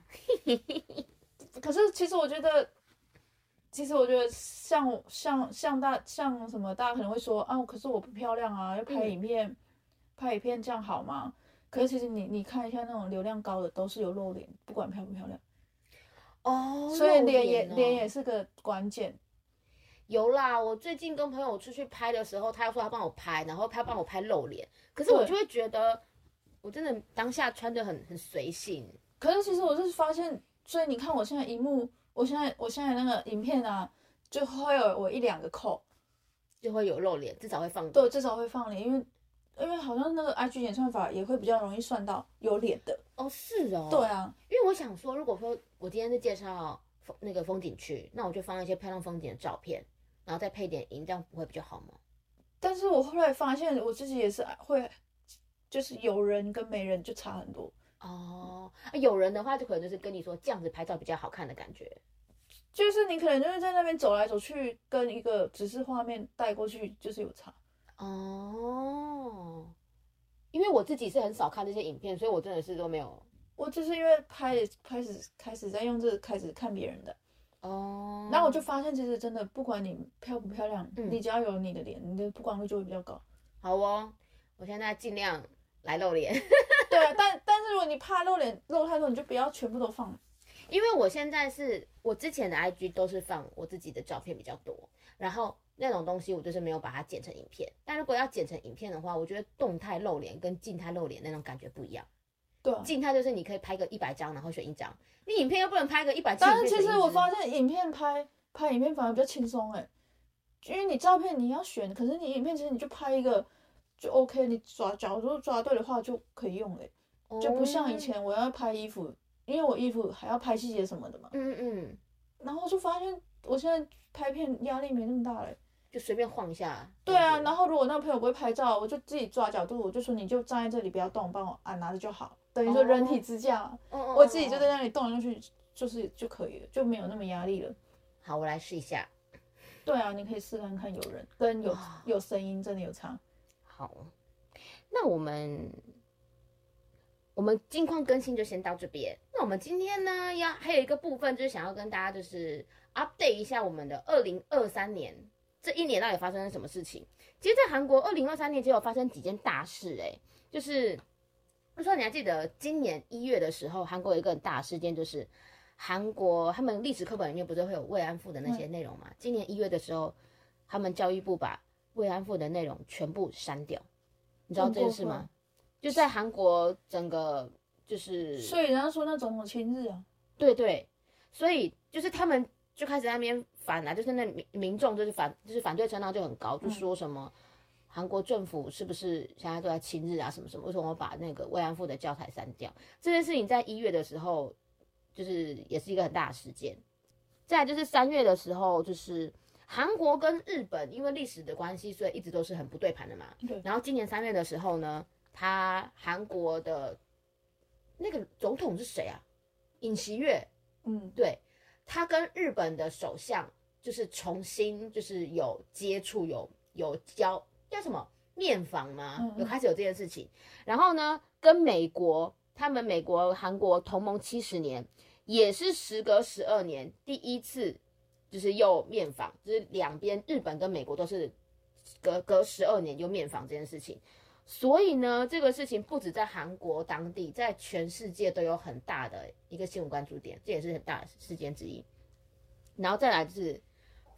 Speaker 4: 可是其实我觉得。其实我觉得像我像像大像什么，大家可能会说啊，可是我不漂亮啊，要拍
Speaker 3: 嗯
Speaker 4: 影片，拍影片这样好吗？可是其实你你看一下那种流量高的，都是有露脸，不管漂不漂亮。
Speaker 3: 哦，
Speaker 4: 所以
Speaker 3: 露
Speaker 4: 脸也
Speaker 3: 哦
Speaker 4: 脸也是个关键。
Speaker 3: 有啦。我最近跟朋友出去拍的时候，他又说他帮我拍，然后他帮我拍露脸，可是我
Speaker 4: 对
Speaker 3: 就会觉得我真的当下穿的很很随性。
Speaker 4: 可是其实我就是发现，所以你看我现在荧幕，我现在我现在那个影片啊，就会有我一两个扣，
Speaker 3: 就会有露脸，至少会放
Speaker 4: 对，至少会放脸，因为因为好像那个 IG 演算法也会比较容易算到有脸的。
Speaker 3: 哦，是哦，
Speaker 4: 对，啊，
Speaker 3: 因为我想说，如果说我今天是介绍风那个风景区，那我就放一些漂亮风景的照片，然后再配点音，这样不会比较好吗？
Speaker 4: 但是我后来发现我自己也是会，就是有人跟没人就差很多。
Speaker 3: 哦，啊有人的话就可能就是跟你说这样子拍照比较好看的感觉。
Speaker 4: 就是你可能就是在那边走来走去，跟一个只是画面带过去，就是有差。
Speaker 3: 哦，因为我自己是很少看这些影片，所以我真的是都没有。
Speaker 4: 我就是因为拍开始开始在用这个开始看别人的，
Speaker 3: 哦，
Speaker 4: 然后我就发现其实真的不管你漂不漂亮，
Speaker 3: 嗯
Speaker 4: 你只要有你的脸，你的曝光率就会比较高。
Speaker 3: 好哦，我现在尽量来露脸。
Speaker 4: 对啊，但但是如果你怕露脸露太多，你就不要全部都放。
Speaker 3: 因为我现在是我之前的 IG 都是放我自己的照片比较多，然后那种东西我就是没有把它剪成影片。但如果要剪成影片的话，我觉得动态露脸跟静态露脸那种感觉不一样。
Speaker 4: 对啊，
Speaker 3: 静态就是你可以拍个一百张，然后选一张；你影片又不能拍个一百。
Speaker 4: 但是其实我发现影片拍拍影片反而比较轻松哎，因为你照片你要选，可是你影片其实你就拍一个就 OK，你抓假如抓对的话就可以用哎。
Speaker 3: 现
Speaker 4: 就不
Speaker 3: 哦
Speaker 4: 像以，前我要拍衣服，因为我衣服还要拍细节什么的嘛。
Speaker 3: 嗯嗯，
Speaker 4: 然后就发现我现在拍片压力没那么大了。
Speaker 3: 就随便晃一下。
Speaker 4: 对啊，
Speaker 3: 这样子
Speaker 4: 然后如果那个朋友不会拍照，我就自己抓角度，我就说你就站在这里不要动，帮我按拿着就好。等于说
Speaker 3: 哦
Speaker 4: 人体支架，
Speaker 3: 嗯嗯
Speaker 4: 我自己就
Speaker 3: 嗯
Speaker 4: 在
Speaker 3: 嗯
Speaker 4: 那里动来动去，就是就可以了，就没有那么压力了。
Speaker 3: 好，我来试一下。
Speaker 4: 对啊，你可以试看看有人跟有
Speaker 3: 哇
Speaker 4: 有声音真的有差。
Speaker 3: 好，那我们我们近况更新就先到这边。那我们今天呢，要还有一个部分就是想要跟大家就是 update 一下我们的二零二三年这一年到底发生了什么事情。其实，在韩国二零二三年其实有发生几件大事、欸，就是就说你还记得今年一月的时候，韩国有一个很大的事件就是。韩国他们历史课本里面不是会有慰安妇的那些内容吗？今年一月的时候，他们教育部把慰安妇的内容全部删掉，你知道这件事
Speaker 4: 很过
Speaker 3: 吗
Speaker 4: 分？
Speaker 3: 就在韩国整个就是，
Speaker 4: 所以人家说那种种亲日啊，
Speaker 3: 对对，所以就是他们就开始在那边反啊，就是那民民众就是反就是反对声浪就很高，就
Speaker 4: 嗯
Speaker 3: 说什么。韩国政府是不是现在都在亲日啊？什么什么？为什么把那个慰安妇的教材删掉？这件事情在一月的时候，就是也是一个很大的事件。再来就是三月的时候，就是韩国跟日本因为历史的关系，所以一直都是很不对盘的嘛。
Speaker 4: 对
Speaker 3: 然后今年三月的时候呢，他韩国的那个总统是谁啊？尹锡悦，
Speaker 4: 嗯，
Speaker 3: 对他跟日本的首相就是重新就是有接触，有有交叫什么面访吗
Speaker 4: 嗯？嗯
Speaker 3: 有开始有这件事情。然后呢，跟美国他们美国韩国同盟七十年，也是时隔十二年第一次就是又面访，就是两边日本跟美国都是隔隔十二年又面访这件事情。所以呢，这个事情不止在韩国当地，在全世界都有很大的一个新闻关注点，这也是很大的事件之一。然后再来就是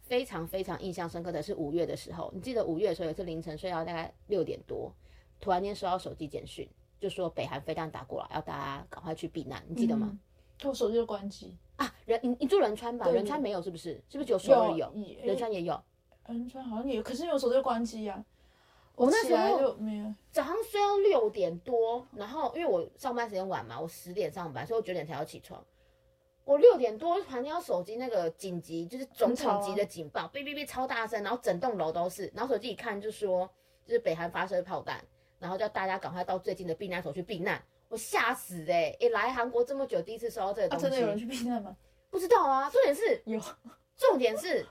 Speaker 3: 非常非常印象深刻的是五月的时候，你记得五月的时候有一次凌晨睡到大概六点多，突然间收到手机简讯，就说北韩飞弹打过来，要大家赶快去避难，你记得吗？
Speaker 4: 嗯？我手机就关机，
Speaker 3: 啊，仁你你住仁川吧？
Speaker 4: 对
Speaker 3: 仁川没有是不是？是不是只有首尔有？
Speaker 4: 有
Speaker 3: 仁川也有。
Speaker 4: 仁川嗯啊好像也有，可是我手机就关机呀、啊。我
Speaker 3: 那
Speaker 4: 起
Speaker 3: 时
Speaker 4: 来
Speaker 3: 候
Speaker 4: 就没有，
Speaker 3: 早上睡到六点多，然后因为我上班时间晚嘛，我十点上班，所以我九点才要起床。我六点多传到手机那个紧急，就是总统
Speaker 4: 啊
Speaker 3: 级的警报，哔哔哔超大声，然后整栋楼都是。然后手机一看就说，就是北韩发射炮弹，然后叫大家赶快到最近的避难所去避难。我吓死哎、欸！诶来韩国这么久，第一次收到这个
Speaker 4: 啊，
Speaker 3: 东西，
Speaker 4: 真的有人去避难 吗？
Speaker 3: 不知道啊。重点是，
Speaker 4: 有，
Speaker 3: 重点是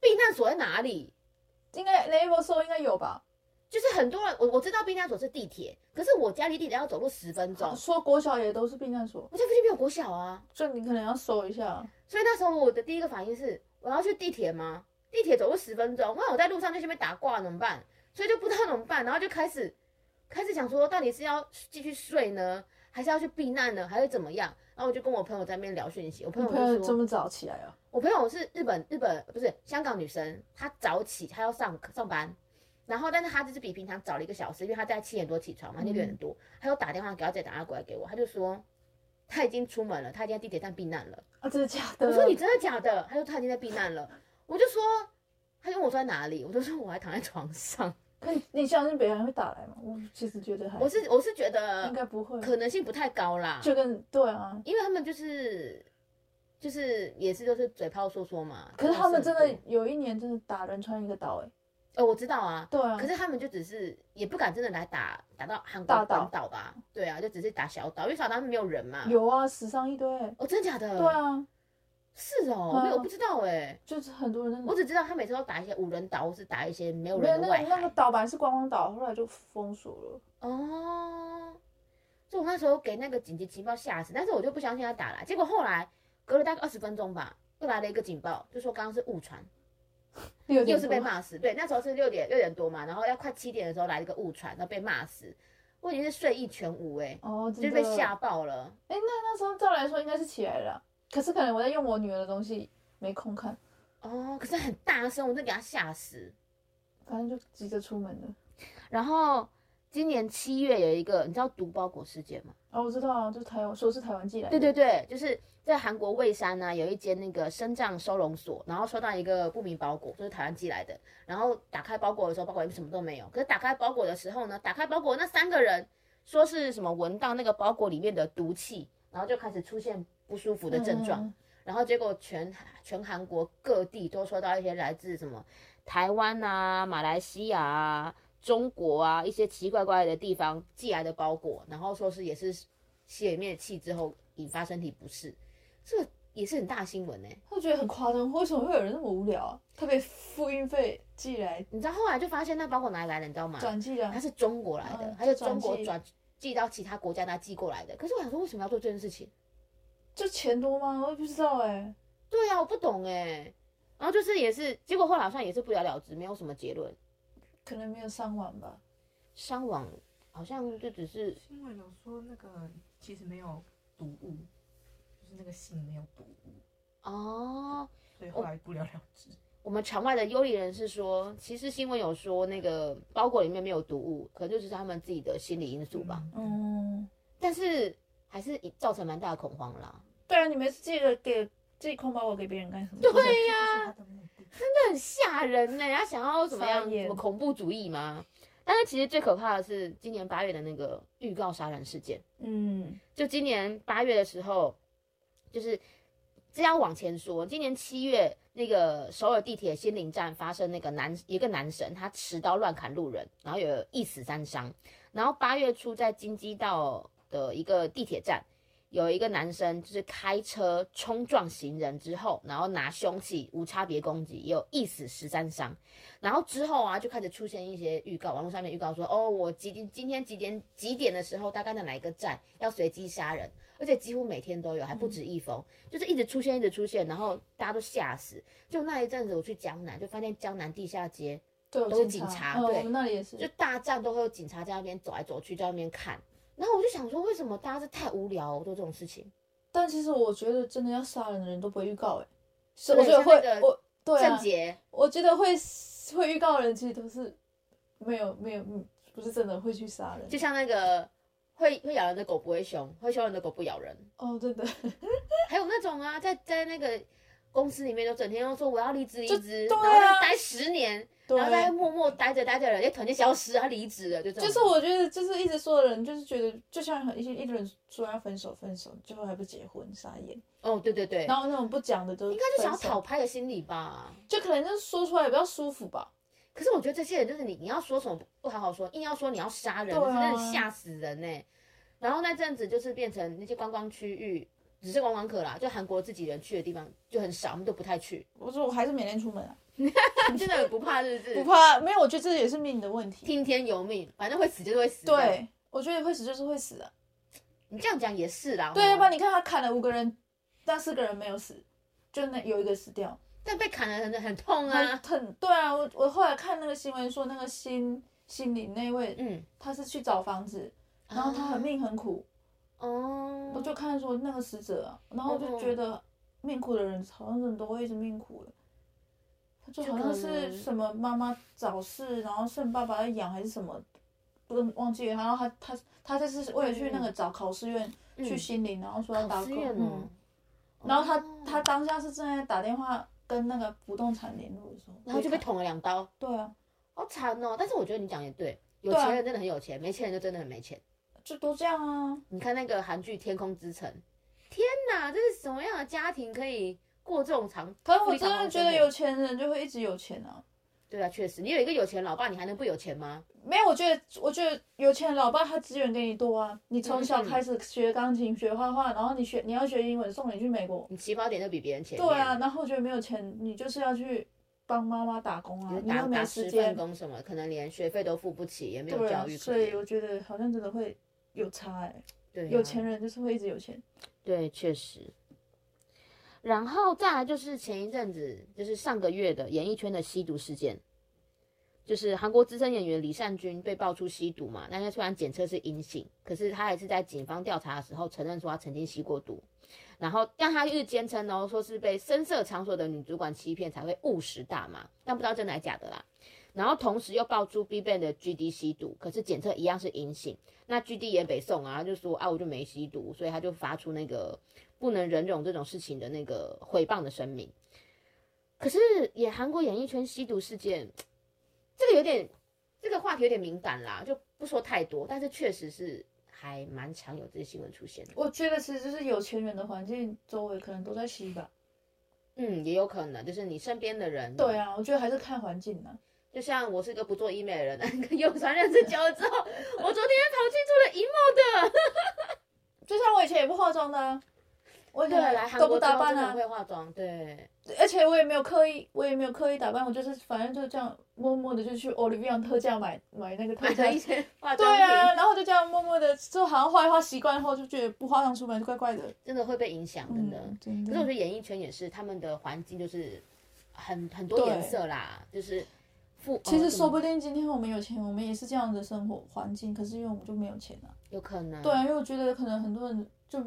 Speaker 3: 避难所在哪里？
Speaker 4: 应该 Level 说应该有吧？
Speaker 3: 就是很多人，我我知道避难所是地铁，可是我家离地铁要走路十分钟，
Speaker 4: 说国小也都是避难所，
Speaker 3: 我家附近没有国小啊，
Speaker 4: 所以你可能要搜一下。
Speaker 3: 所以那时候我的第一个反应是，我要去地铁吗？地铁走路十分钟，万一我在路上就先被打挂怎么办？所以就不知道怎么办，然后就开始开始想说，到底是要继续睡呢，还是要去避难呢，还是怎么样？然后我就跟我朋友在那边聊讯息，我朋
Speaker 4: 你
Speaker 3: 友
Speaker 4: 朋友
Speaker 3: 就
Speaker 4: 这
Speaker 3: 说，
Speaker 4: 么早起来啊？
Speaker 3: 我朋友是日本日本不是香港女生，她早起，她要上上班，然后但是她就是比平常早了一个小时，因为她在七点多起床嘛，
Speaker 4: 嗯
Speaker 3: 六点多，她又打电话给她姐，打电话过来给我，她就说她已经出门了，她已经在地铁站避难了。
Speaker 4: 啊，真的假的？
Speaker 3: 我说你真的假的？她说她已经在避难了。我就说，她就问我在哪里，我就说我还躺在床上。
Speaker 4: 可你你相信北韩会打来吗？我其实觉得还
Speaker 3: 我是我是觉
Speaker 4: 应
Speaker 3: 得
Speaker 4: 该不会，
Speaker 3: 可能性不太高啦，
Speaker 4: 就跟对啊。
Speaker 3: 因为他们就是就是也是就是嘴炮说说嘛。
Speaker 4: 可是他们真
Speaker 3: 很
Speaker 4: 的
Speaker 3: 多
Speaker 4: 有一年真的打仁川一个岛哎、
Speaker 3: 呃，我知道啊，
Speaker 4: 对啊，
Speaker 3: 可是他们就只是也不敢真的来打打到韩
Speaker 4: 大
Speaker 3: 国
Speaker 4: 岛
Speaker 3: 本岛吧？对啊，就只是打小岛，因为小岛他们没有人嘛。
Speaker 4: 有啊，史上一堆，
Speaker 3: 哦，真的假的？
Speaker 4: 对，啊，
Speaker 3: 是哦，
Speaker 4: 嗯
Speaker 3: 没有我不知道哎，
Speaker 4: 就是很多人
Speaker 3: 我只知道他每次都打一些无人岛，或是打一些没有
Speaker 4: 没有
Speaker 3: 人的
Speaker 4: 那
Speaker 3: 外
Speaker 4: 个那个
Speaker 3: 海。
Speaker 4: 岛本来是观光岛，后来就封锁了。
Speaker 3: 哦，就我那时候给那个紧急情报吓死，但是我就不相信他打来，结果后来隔了大概二十分钟吧，又来了一个警报，就说刚刚是误传，
Speaker 4: 六点
Speaker 3: 又是
Speaker 4: 多
Speaker 3: 被骂死。对，那时候是六点六点多嘛，然后要快七点的时候来了一个误传，然后被骂死，我已经是睡意全无哎、
Speaker 4: 哦，
Speaker 3: 就
Speaker 4: 真
Speaker 3: 被
Speaker 4: 的
Speaker 3: 吓爆了。
Speaker 4: 哎、那那时候照来说应该是起来了啊，可是可能我在用我女儿的东西，没空看，
Speaker 3: 哦，可是很大声，我真的给他吓死。
Speaker 4: 反正就急着出门了。
Speaker 3: 然后今年七月有一个，你知道毒包裹事件吗？
Speaker 4: 哦，我知道啊，就是台湾，说是台湾寄来的。
Speaker 3: 对对对，就是在韩国蔚山呢、有一间那个生障收容所，然后收到一个不明包裹，就是台湾寄来的。然后打开包裹的时候，包裹里面什么都没有。可是打开包裹的时候呢，打开包裹那三个人说是什么闻到那个包裹里面的毒气，然后就开始出现不舒服的症状。
Speaker 4: 嗯
Speaker 3: 然后结果全全韩国各地都收到一些来自什么台湾啊、马来西亚啊、中国啊一些奇奇怪怪的地方寄来的包裹，然后说是也是吸里面的气之后引发身体不适，这个也是很大新闻呢、
Speaker 4: 我觉得很夸张，为什么会有人那么无聊啊？特别付运费寄来
Speaker 3: 你知道后来就发现那包裹哪里来的，你知道吗？
Speaker 4: 转寄的
Speaker 3: 它，是中国来的
Speaker 4: 嗯，
Speaker 3: 它是中
Speaker 4: 转
Speaker 3: 国
Speaker 4: 寄
Speaker 3: 转寄到其他国家那寄过来的。可是我想说，为什么要做这件事情？
Speaker 4: 就钱多吗？我也不知道哎、
Speaker 3: 对呀、我不懂哎、然后就是也是，结果后来好像也是不了了之，没有什么结论。
Speaker 4: 可能没有上网吧。
Speaker 3: 伤亡好像就只是
Speaker 5: 新闻有说那个其实没有毒物，就是那个信没有毒物，
Speaker 3: 哦，
Speaker 5: 所以后来不了了之。
Speaker 3: 我们场外的幽灵人士说，其实新闻有说那个包裹里面没有毒物，可能就是他们自己的心理因素吧。
Speaker 5: 嗯，
Speaker 4: 嗯，
Speaker 3: 但是还是造成蛮大的恐慌啦。
Speaker 4: 对啊，你们寄了给寄空包我给别人干什么？
Speaker 3: 对呀、
Speaker 5: 呀、这就是他的目的
Speaker 3: 那很吓人呢、他想要怎么样？
Speaker 4: 傻眼
Speaker 3: 什么恐怖主义吗？但是其实最可怕的是今年八月的那个预告杀人事件。
Speaker 4: 嗯，
Speaker 3: 就今年八月的时候，就是这要往前说，今年七月那个首尔地铁仙林站发生那个男一个男神他持刀乱砍路人，然后有一死三伤。然后八月初在京畿道的一个地铁站，有一个男生就是开车冲撞行人之后，然后拿凶器无差别攻击，也有一死十三伤。然后之后啊，就开始出现一些预告，网络上面预告说，哦，我几点今天几点几点的时候，大概在哪一个站要随机杀人，而且几乎每天都有，还
Speaker 4: 嗯
Speaker 3: 不止一封，就是一直出现，一直出现，然后大家都吓死。就那一阵子我去江南，就发现江南地下街
Speaker 4: 对，
Speaker 3: 都是
Speaker 4: 有
Speaker 3: 警察
Speaker 4: 嗯
Speaker 3: 对
Speaker 4: 我们那里也是，
Speaker 3: 就大站都会有警察在那边走来走去，在那边看。然后我就想说，为什么大家是太无聊、做这种事情？
Speaker 4: 但其实我觉得真的要杀人的人都不会预告哎、是
Speaker 3: 对
Speaker 4: 我觉得会
Speaker 3: 像那个
Speaker 4: 我对
Speaker 3: 郑
Speaker 4: 啊，
Speaker 3: 杰
Speaker 4: 我觉得会会预告的人其实都是没有没有嗯不是真的会去杀人
Speaker 3: 就像那个会会咬人的狗不会凶，会凶人的狗不咬人。
Speaker 4: 哦， 真的
Speaker 3: 还有那种啊，在在那个公司里面，就整天都说我要离职离
Speaker 4: 就
Speaker 3: 职，
Speaker 4: 对
Speaker 3: 然
Speaker 4: 啊
Speaker 3: 后在待十年，
Speaker 4: 对
Speaker 3: 然后在默默待着待着，人家突然就消失，他离职了，就这种。
Speaker 4: 就是我觉得，就是一直说的人，就是觉得，就像很一些一堆人说要分手，分手，最后还不结婚，傻眼。
Speaker 3: 哦，对对对，
Speaker 4: 然后那种不讲的都
Speaker 3: 应该就想要
Speaker 4: 分手
Speaker 3: 讨，拍的心理吧。
Speaker 4: 就可能就是说出来比较舒服吧。
Speaker 3: 可是我觉得这些人就是你，你要说什么不好好说，硬要说你要杀人，
Speaker 4: 对
Speaker 3: 真
Speaker 4: 啊
Speaker 3: 的吓死人呢、然后那阵子就是变成那些观光区域，只是观光客啦，就韩国自己人去的地方就很少，他们都不太去，
Speaker 4: 我说我还是每天出门啊，
Speaker 3: 真的很不怕是不
Speaker 4: 不
Speaker 3: 是？
Speaker 4: 怕，没有，我觉得这也是命的问题。
Speaker 3: 听天由命，反正会死就是会死。，
Speaker 4: 对，我觉得会死就是会死啊。
Speaker 3: 你这样讲也是啦。
Speaker 4: 对，
Speaker 3: 吼
Speaker 4: 要不然你看他砍了五个人，那四个人没有死，就那有一个死掉。
Speaker 3: 但被砍的很很痛
Speaker 4: 很
Speaker 3: 啊。
Speaker 4: 很对啊，我我后来看那个新闻说，那个新心里那位，
Speaker 3: 嗯，
Speaker 4: 他是去找房子，然后
Speaker 3: 啊
Speaker 4: 他很命很苦，
Speaker 3: 哦，
Speaker 4: 我就看说那个死者、啊，然后我就觉
Speaker 3: 嗯
Speaker 4: 得命苦的人好像人都会一直命苦的，他就好像是什么妈妈早逝，然后剩爸爸在养还是什么，不忘记了。然后他他他这次为了去那个找考试院、去心灵，然后说要打
Speaker 3: 嗯考
Speaker 4: 工
Speaker 3: 试院哦
Speaker 4: 嗯，，然后他、
Speaker 3: 哦
Speaker 4: 他当下是正在打电话跟那个不动产联络的时候，
Speaker 3: 然后就被捅了两刀，
Speaker 4: 对啊，
Speaker 3: 好惨哦。但是我觉得你讲也对，有
Speaker 4: 对啊
Speaker 3: 钱人真的很有钱，没钱人就真的很没钱。
Speaker 4: 就都这样啊，
Speaker 3: 你看那个韩剧《天空之城》，天哪，这是什么样的家庭可以过这种长？
Speaker 4: 可是我
Speaker 3: 非常
Speaker 4: 真的觉得
Speaker 3: 好生活
Speaker 4: 有钱人就会一直有钱啊，
Speaker 3: 对啊，确实，你有一个有钱老爸，你还能不有钱吗？
Speaker 4: 没有，我觉得我觉得有钱人老爸他资源给你多啊，你从小开始学钢琴、学画画，然后你学你要学英文，送你去美国，
Speaker 3: 你起跑点都比别人前面。
Speaker 4: 对啊，，然后我觉得没有钱，你就是要去帮妈妈打工
Speaker 3: 就
Speaker 4: 啊
Speaker 3: 是，
Speaker 4: 你又
Speaker 3: 打
Speaker 4: 没
Speaker 3: 打
Speaker 4: 时
Speaker 3: 十
Speaker 4: 间
Speaker 3: 份，工什么，可能连学费都付不起，也没有
Speaker 4: 对啊
Speaker 3: 教育，可
Speaker 4: 所以
Speaker 3: 言。
Speaker 4: 我觉得好像真的会有差哎、
Speaker 3: 对啊
Speaker 4: 有钱人就是会一直有钱，
Speaker 3: 对，确实。然后再来就是前一阵子，就是上个月的演艺圈的吸毒事件，就是韩国资深演员李善均被爆出吸毒嘛，但他虽然检测是阴性，可是他还是在警方调查的时候承认说他曾经吸过毒，然后但他就是坚称哦，说是被深色场所的女主管欺骗才会误食大麻，但不知道真的还假的啦。然后同时又爆出 BigBang 的 GD 吸毒，可是检测一样是阴性，那 GD 也北宋啊，他就说啊我就没吸毒，所以他就发出那个不能忍容这种事情的那个毁谤的声明。可是也韩国演艺圈吸毒事件，这个有点这个话题有点敏感啦，就不说太多，但是确实是还蛮常有这些新闻出现的。
Speaker 4: 我觉得其实就是有钱人的环境周围可能都在吸吧，
Speaker 3: 嗯，也有可能就是你身边的人，
Speaker 4: 对，啊，我觉得还是看环境啊呢、
Speaker 3: 就像我是个不做医美的人，跟 有传认识久了之后， 我昨天跑去做了医美，
Speaker 4: 就像我以前也不化妆的、啊，我以
Speaker 3: 对，来
Speaker 4: 前
Speaker 3: 韩
Speaker 4: 都
Speaker 3: 国
Speaker 4: 不
Speaker 3: 之后
Speaker 4: 打扮
Speaker 3: 真的很
Speaker 4: 啊，
Speaker 3: 会化妆，对，
Speaker 4: 而且我也没有刻意，我也没有刻意打扮，我就是反正就这样默默的就去 Olivia 特价买买那个特
Speaker 3: 买
Speaker 4: 价
Speaker 3: 了一。些 化
Speaker 4: 对
Speaker 3: 妆品，
Speaker 4: 啊，然后就这样默默的，就好像画一画习惯后，就觉得不化妆出门就怪怪的。
Speaker 3: 真的会被影响，真的。
Speaker 4: 嗯，真
Speaker 3: 可是我
Speaker 4: 的。
Speaker 3: 觉得演艺圈也是，他们的环境就是很很多
Speaker 4: 对
Speaker 3: 颜色啦，就是富。
Speaker 4: 其
Speaker 3: 呃
Speaker 4: 实
Speaker 3: 怎
Speaker 4: 说
Speaker 3: 么
Speaker 4: 不定今天我们有钱，我们也是这样的生活环境，可是因为我们就没有钱啊。
Speaker 3: 有可能。
Speaker 4: 对啊，因为我觉得可能很多人就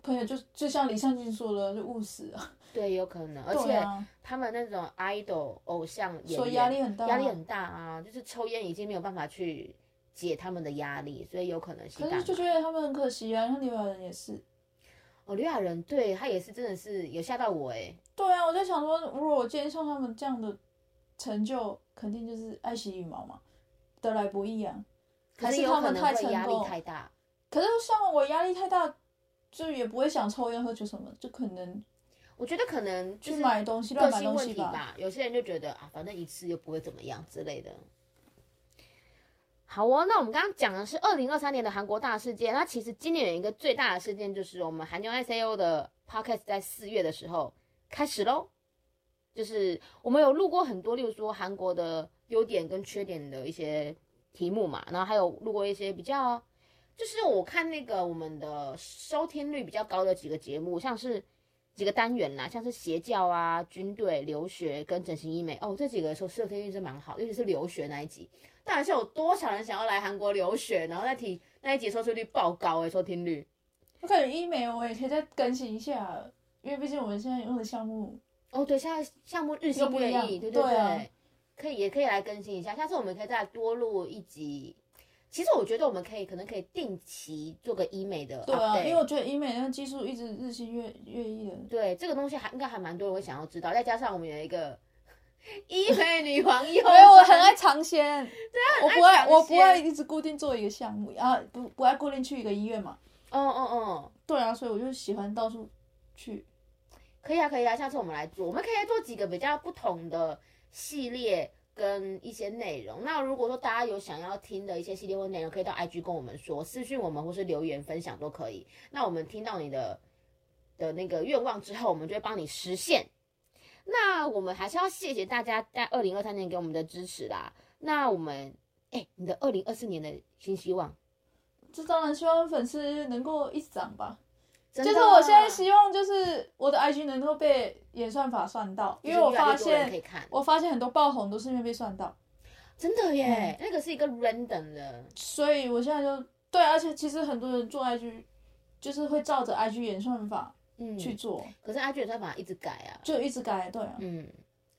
Speaker 4: 朋友就就像李善均说的，就务实啊。
Speaker 3: 对，有可能。而
Speaker 4: 对
Speaker 3: 且
Speaker 4: 啊，
Speaker 3: 他们那种 idol 偶像演员，
Speaker 4: 所以压力很大啊。
Speaker 3: 压力很大啊，就是抽烟已经没有办法去解他们的压力，所以有可能吸
Speaker 4: 可
Speaker 3: 大麻
Speaker 4: 是就。觉得他们很可惜啊，像刘亚仁也是。
Speaker 3: 哦，刘亚仁对他也是真的是有吓到我哎、
Speaker 4: 对啊，我在想说，如果我今天像他们这样的成就，肯定就是爱惜羽毛嘛，得来不易啊。
Speaker 3: 可
Speaker 4: 还是
Speaker 3: 有
Speaker 4: 他
Speaker 3: 可
Speaker 4: 们
Speaker 3: 能
Speaker 4: 太
Speaker 3: 会
Speaker 4: 成
Speaker 3: 压力
Speaker 4: 功
Speaker 3: 太大，
Speaker 4: 可是像我压力太大，就也不会想抽烟喝酒什么，就可能
Speaker 3: 我觉得可能就
Speaker 4: 去
Speaker 3: 是
Speaker 4: 买东西、
Speaker 3: 个
Speaker 4: 乱买
Speaker 3: 性
Speaker 4: 东
Speaker 3: 问
Speaker 4: 西
Speaker 3: 题
Speaker 4: 吧。
Speaker 3: 吧。有些人就觉得啊，反正一次又不会怎么样之类的。好哦，那我们刚刚讲的是二零二三年的韩国大事件。那其实今年有一个最大的事件，就是我们韩牛 ICO 的 podcast 在四月的时候开始喽。就是我们有录过很多，例如说韩国的优点跟缺点的一些题目嘛，然后还有录过一些比较，就是我看那个我们的收听率比较高的几个节目，像是几个单元啦，像是邪教啊、军队、留学跟整形医美哦，这几个收收听率是蛮好，尤其是留学那一集，到底是有多少人想要来韩国留学，然后那题那一集收视率爆高诶、欸收听率。
Speaker 4: 我感觉医美我也可以再更新一下，因为毕竟我们现在用的项目，
Speaker 3: 哦，对，现在项目日
Speaker 4: 又
Speaker 3: 新
Speaker 4: 不
Speaker 3: 月
Speaker 4: 一样
Speaker 3: 异，对对
Speaker 4: 对啊
Speaker 3: 可以也可以来更新一下，下次我们可以再多录一集。其实我觉得我们可以可能可以定期做个医美的呃 update，
Speaker 4: 对啊，因为我觉得医美那个技术一直日新月月异的。
Speaker 3: 对这个东西还应该还蛮多人会想要知道，再加上我们有一个 医美女皇优，
Speaker 4: 没哎有，我很爱尝鲜。对啊，我不
Speaker 3: 爱尝
Speaker 4: 爱，我不
Speaker 3: 鲜
Speaker 4: 爱一直固定做一个项目，啊，不不爱固定去一个医院嘛。
Speaker 3: 哦哦哦，
Speaker 4: 对啊，所以我就喜欢到处去。
Speaker 3: 可以啊，可以啊，下次我们来做，我们可以来做几个比较不同的系列跟一些内容。那如果说大家有想要听的一些系列或内容，可以到 IG 跟我们说，私讯我们或是留言分享都可以。那我们听到你的的那个愿望之后，我们就会帮你实现。那我们还是要谢谢大家在二零二三年给我们的支持啦。那我们，哎、你的二零二四年的新希望，
Speaker 4: 这当然希望粉丝能够一直涨吧。
Speaker 3: 就
Speaker 4: 就是啊我现在希望，就是我的 IG 能够被演算法算到，因为我发
Speaker 3: 可以
Speaker 4: 现
Speaker 3: 看，
Speaker 4: 我发现很多爆红都是因为被算到，
Speaker 3: 真的耶，
Speaker 4: 嗯
Speaker 3: 那个是一个 random 的。
Speaker 4: 所以我现在就对，而且其实很多人做 IG 就是会照着 IG 演算法
Speaker 3: 嗯，
Speaker 4: 去做，
Speaker 3: 可是 IG 的算法一直改啊。
Speaker 4: 就一直改，对啊，
Speaker 3: 嗯，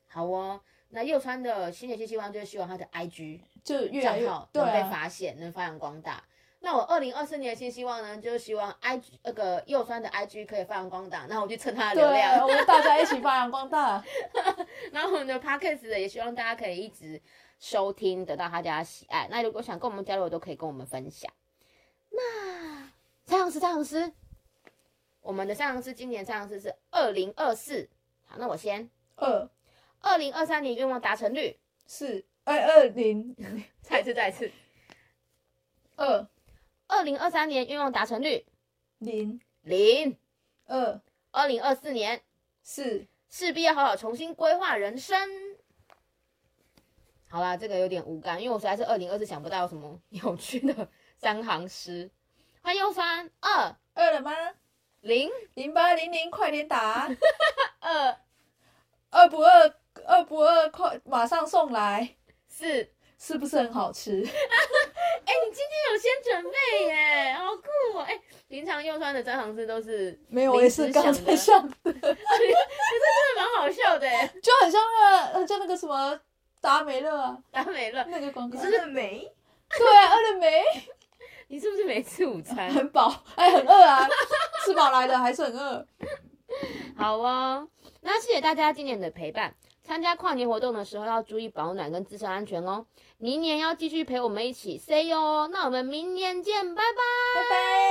Speaker 3: 好哦。那右川的新的新希望就是希望他的 IG
Speaker 4: 就越来
Speaker 3: 账
Speaker 4: 越
Speaker 3: 号
Speaker 4: 对
Speaker 3: 能被
Speaker 4: 啊，
Speaker 3: 发现，能发扬光大。那我二零二四年的新希望呢，就是希望 IG 那个右川的 IG 可以发扬光大，然后我去蹭他的
Speaker 4: 对
Speaker 3: 流
Speaker 4: 啊，
Speaker 3: 量。
Speaker 4: 我们大家一起发扬光大，
Speaker 3: 然后我们的 Podcast 也希望大家可以一直收听，得到大家的喜爱。那如果想跟我们交流，都可以跟我们分享。那三行诗，三行诗，我们的三行诗今年三行诗是二零二四。好，那我先。
Speaker 4: 二
Speaker 3: 二零二三年愿望达成率
Speaker 4: 四哎二零
Speaker 3: 再一次，再一次。
Speaker 4: 二
Speaker 3: 二零二三年愿望达成率
Speaker 4: 零
Speaker 3: 零，
Speaker 4: 二
Speaker 3: 二零二四年
Speaker 4: 四
Speaker 3: 势必要好好重新规划人生。好啦，这个有点无感，因为我实在是二零二四想不到有什么有趣的三行诗。欢迎酸二
Speaker 4: 饿了吗？
Speaker 3: 零
Speaker 4: 零八零零，快点打！
Speaker 3: 二
Speaker 4: 饿不饿？饿不饿？快马上送来！
Speaker 3: 四，哎、
Speaker 4: 是不是很好吃？
Speaker 3: 你今天有先准备 耶，好酷哦！哎、平常用酸的三行诗都是
Speaker 4: 没有，我也是刚才想的，
Speaker 3: 真的蛮好笑的耶，
Speaker 4: 就很像那个，很像那个什么达美乐啊，
Speaker 3: 达美乐，
Speaker 4: 那个广告。
Speaker 5: 真的没？
Speaker 4: 对啊，饿了没？
Speaker 3: 你是不是没吃午 餐？
Speaker 4: 很饱，哎，很饿啊，吃饱来了还是很饿。
Speaker 3: 好哦，那谢谢大家今年的陪伴。参加跨年活动的时候要注意保暖跟自身安全哦。明年要继续陪我们一起 say 哦，那我们明年见，拜拜。
Speaker 4: 拜拜。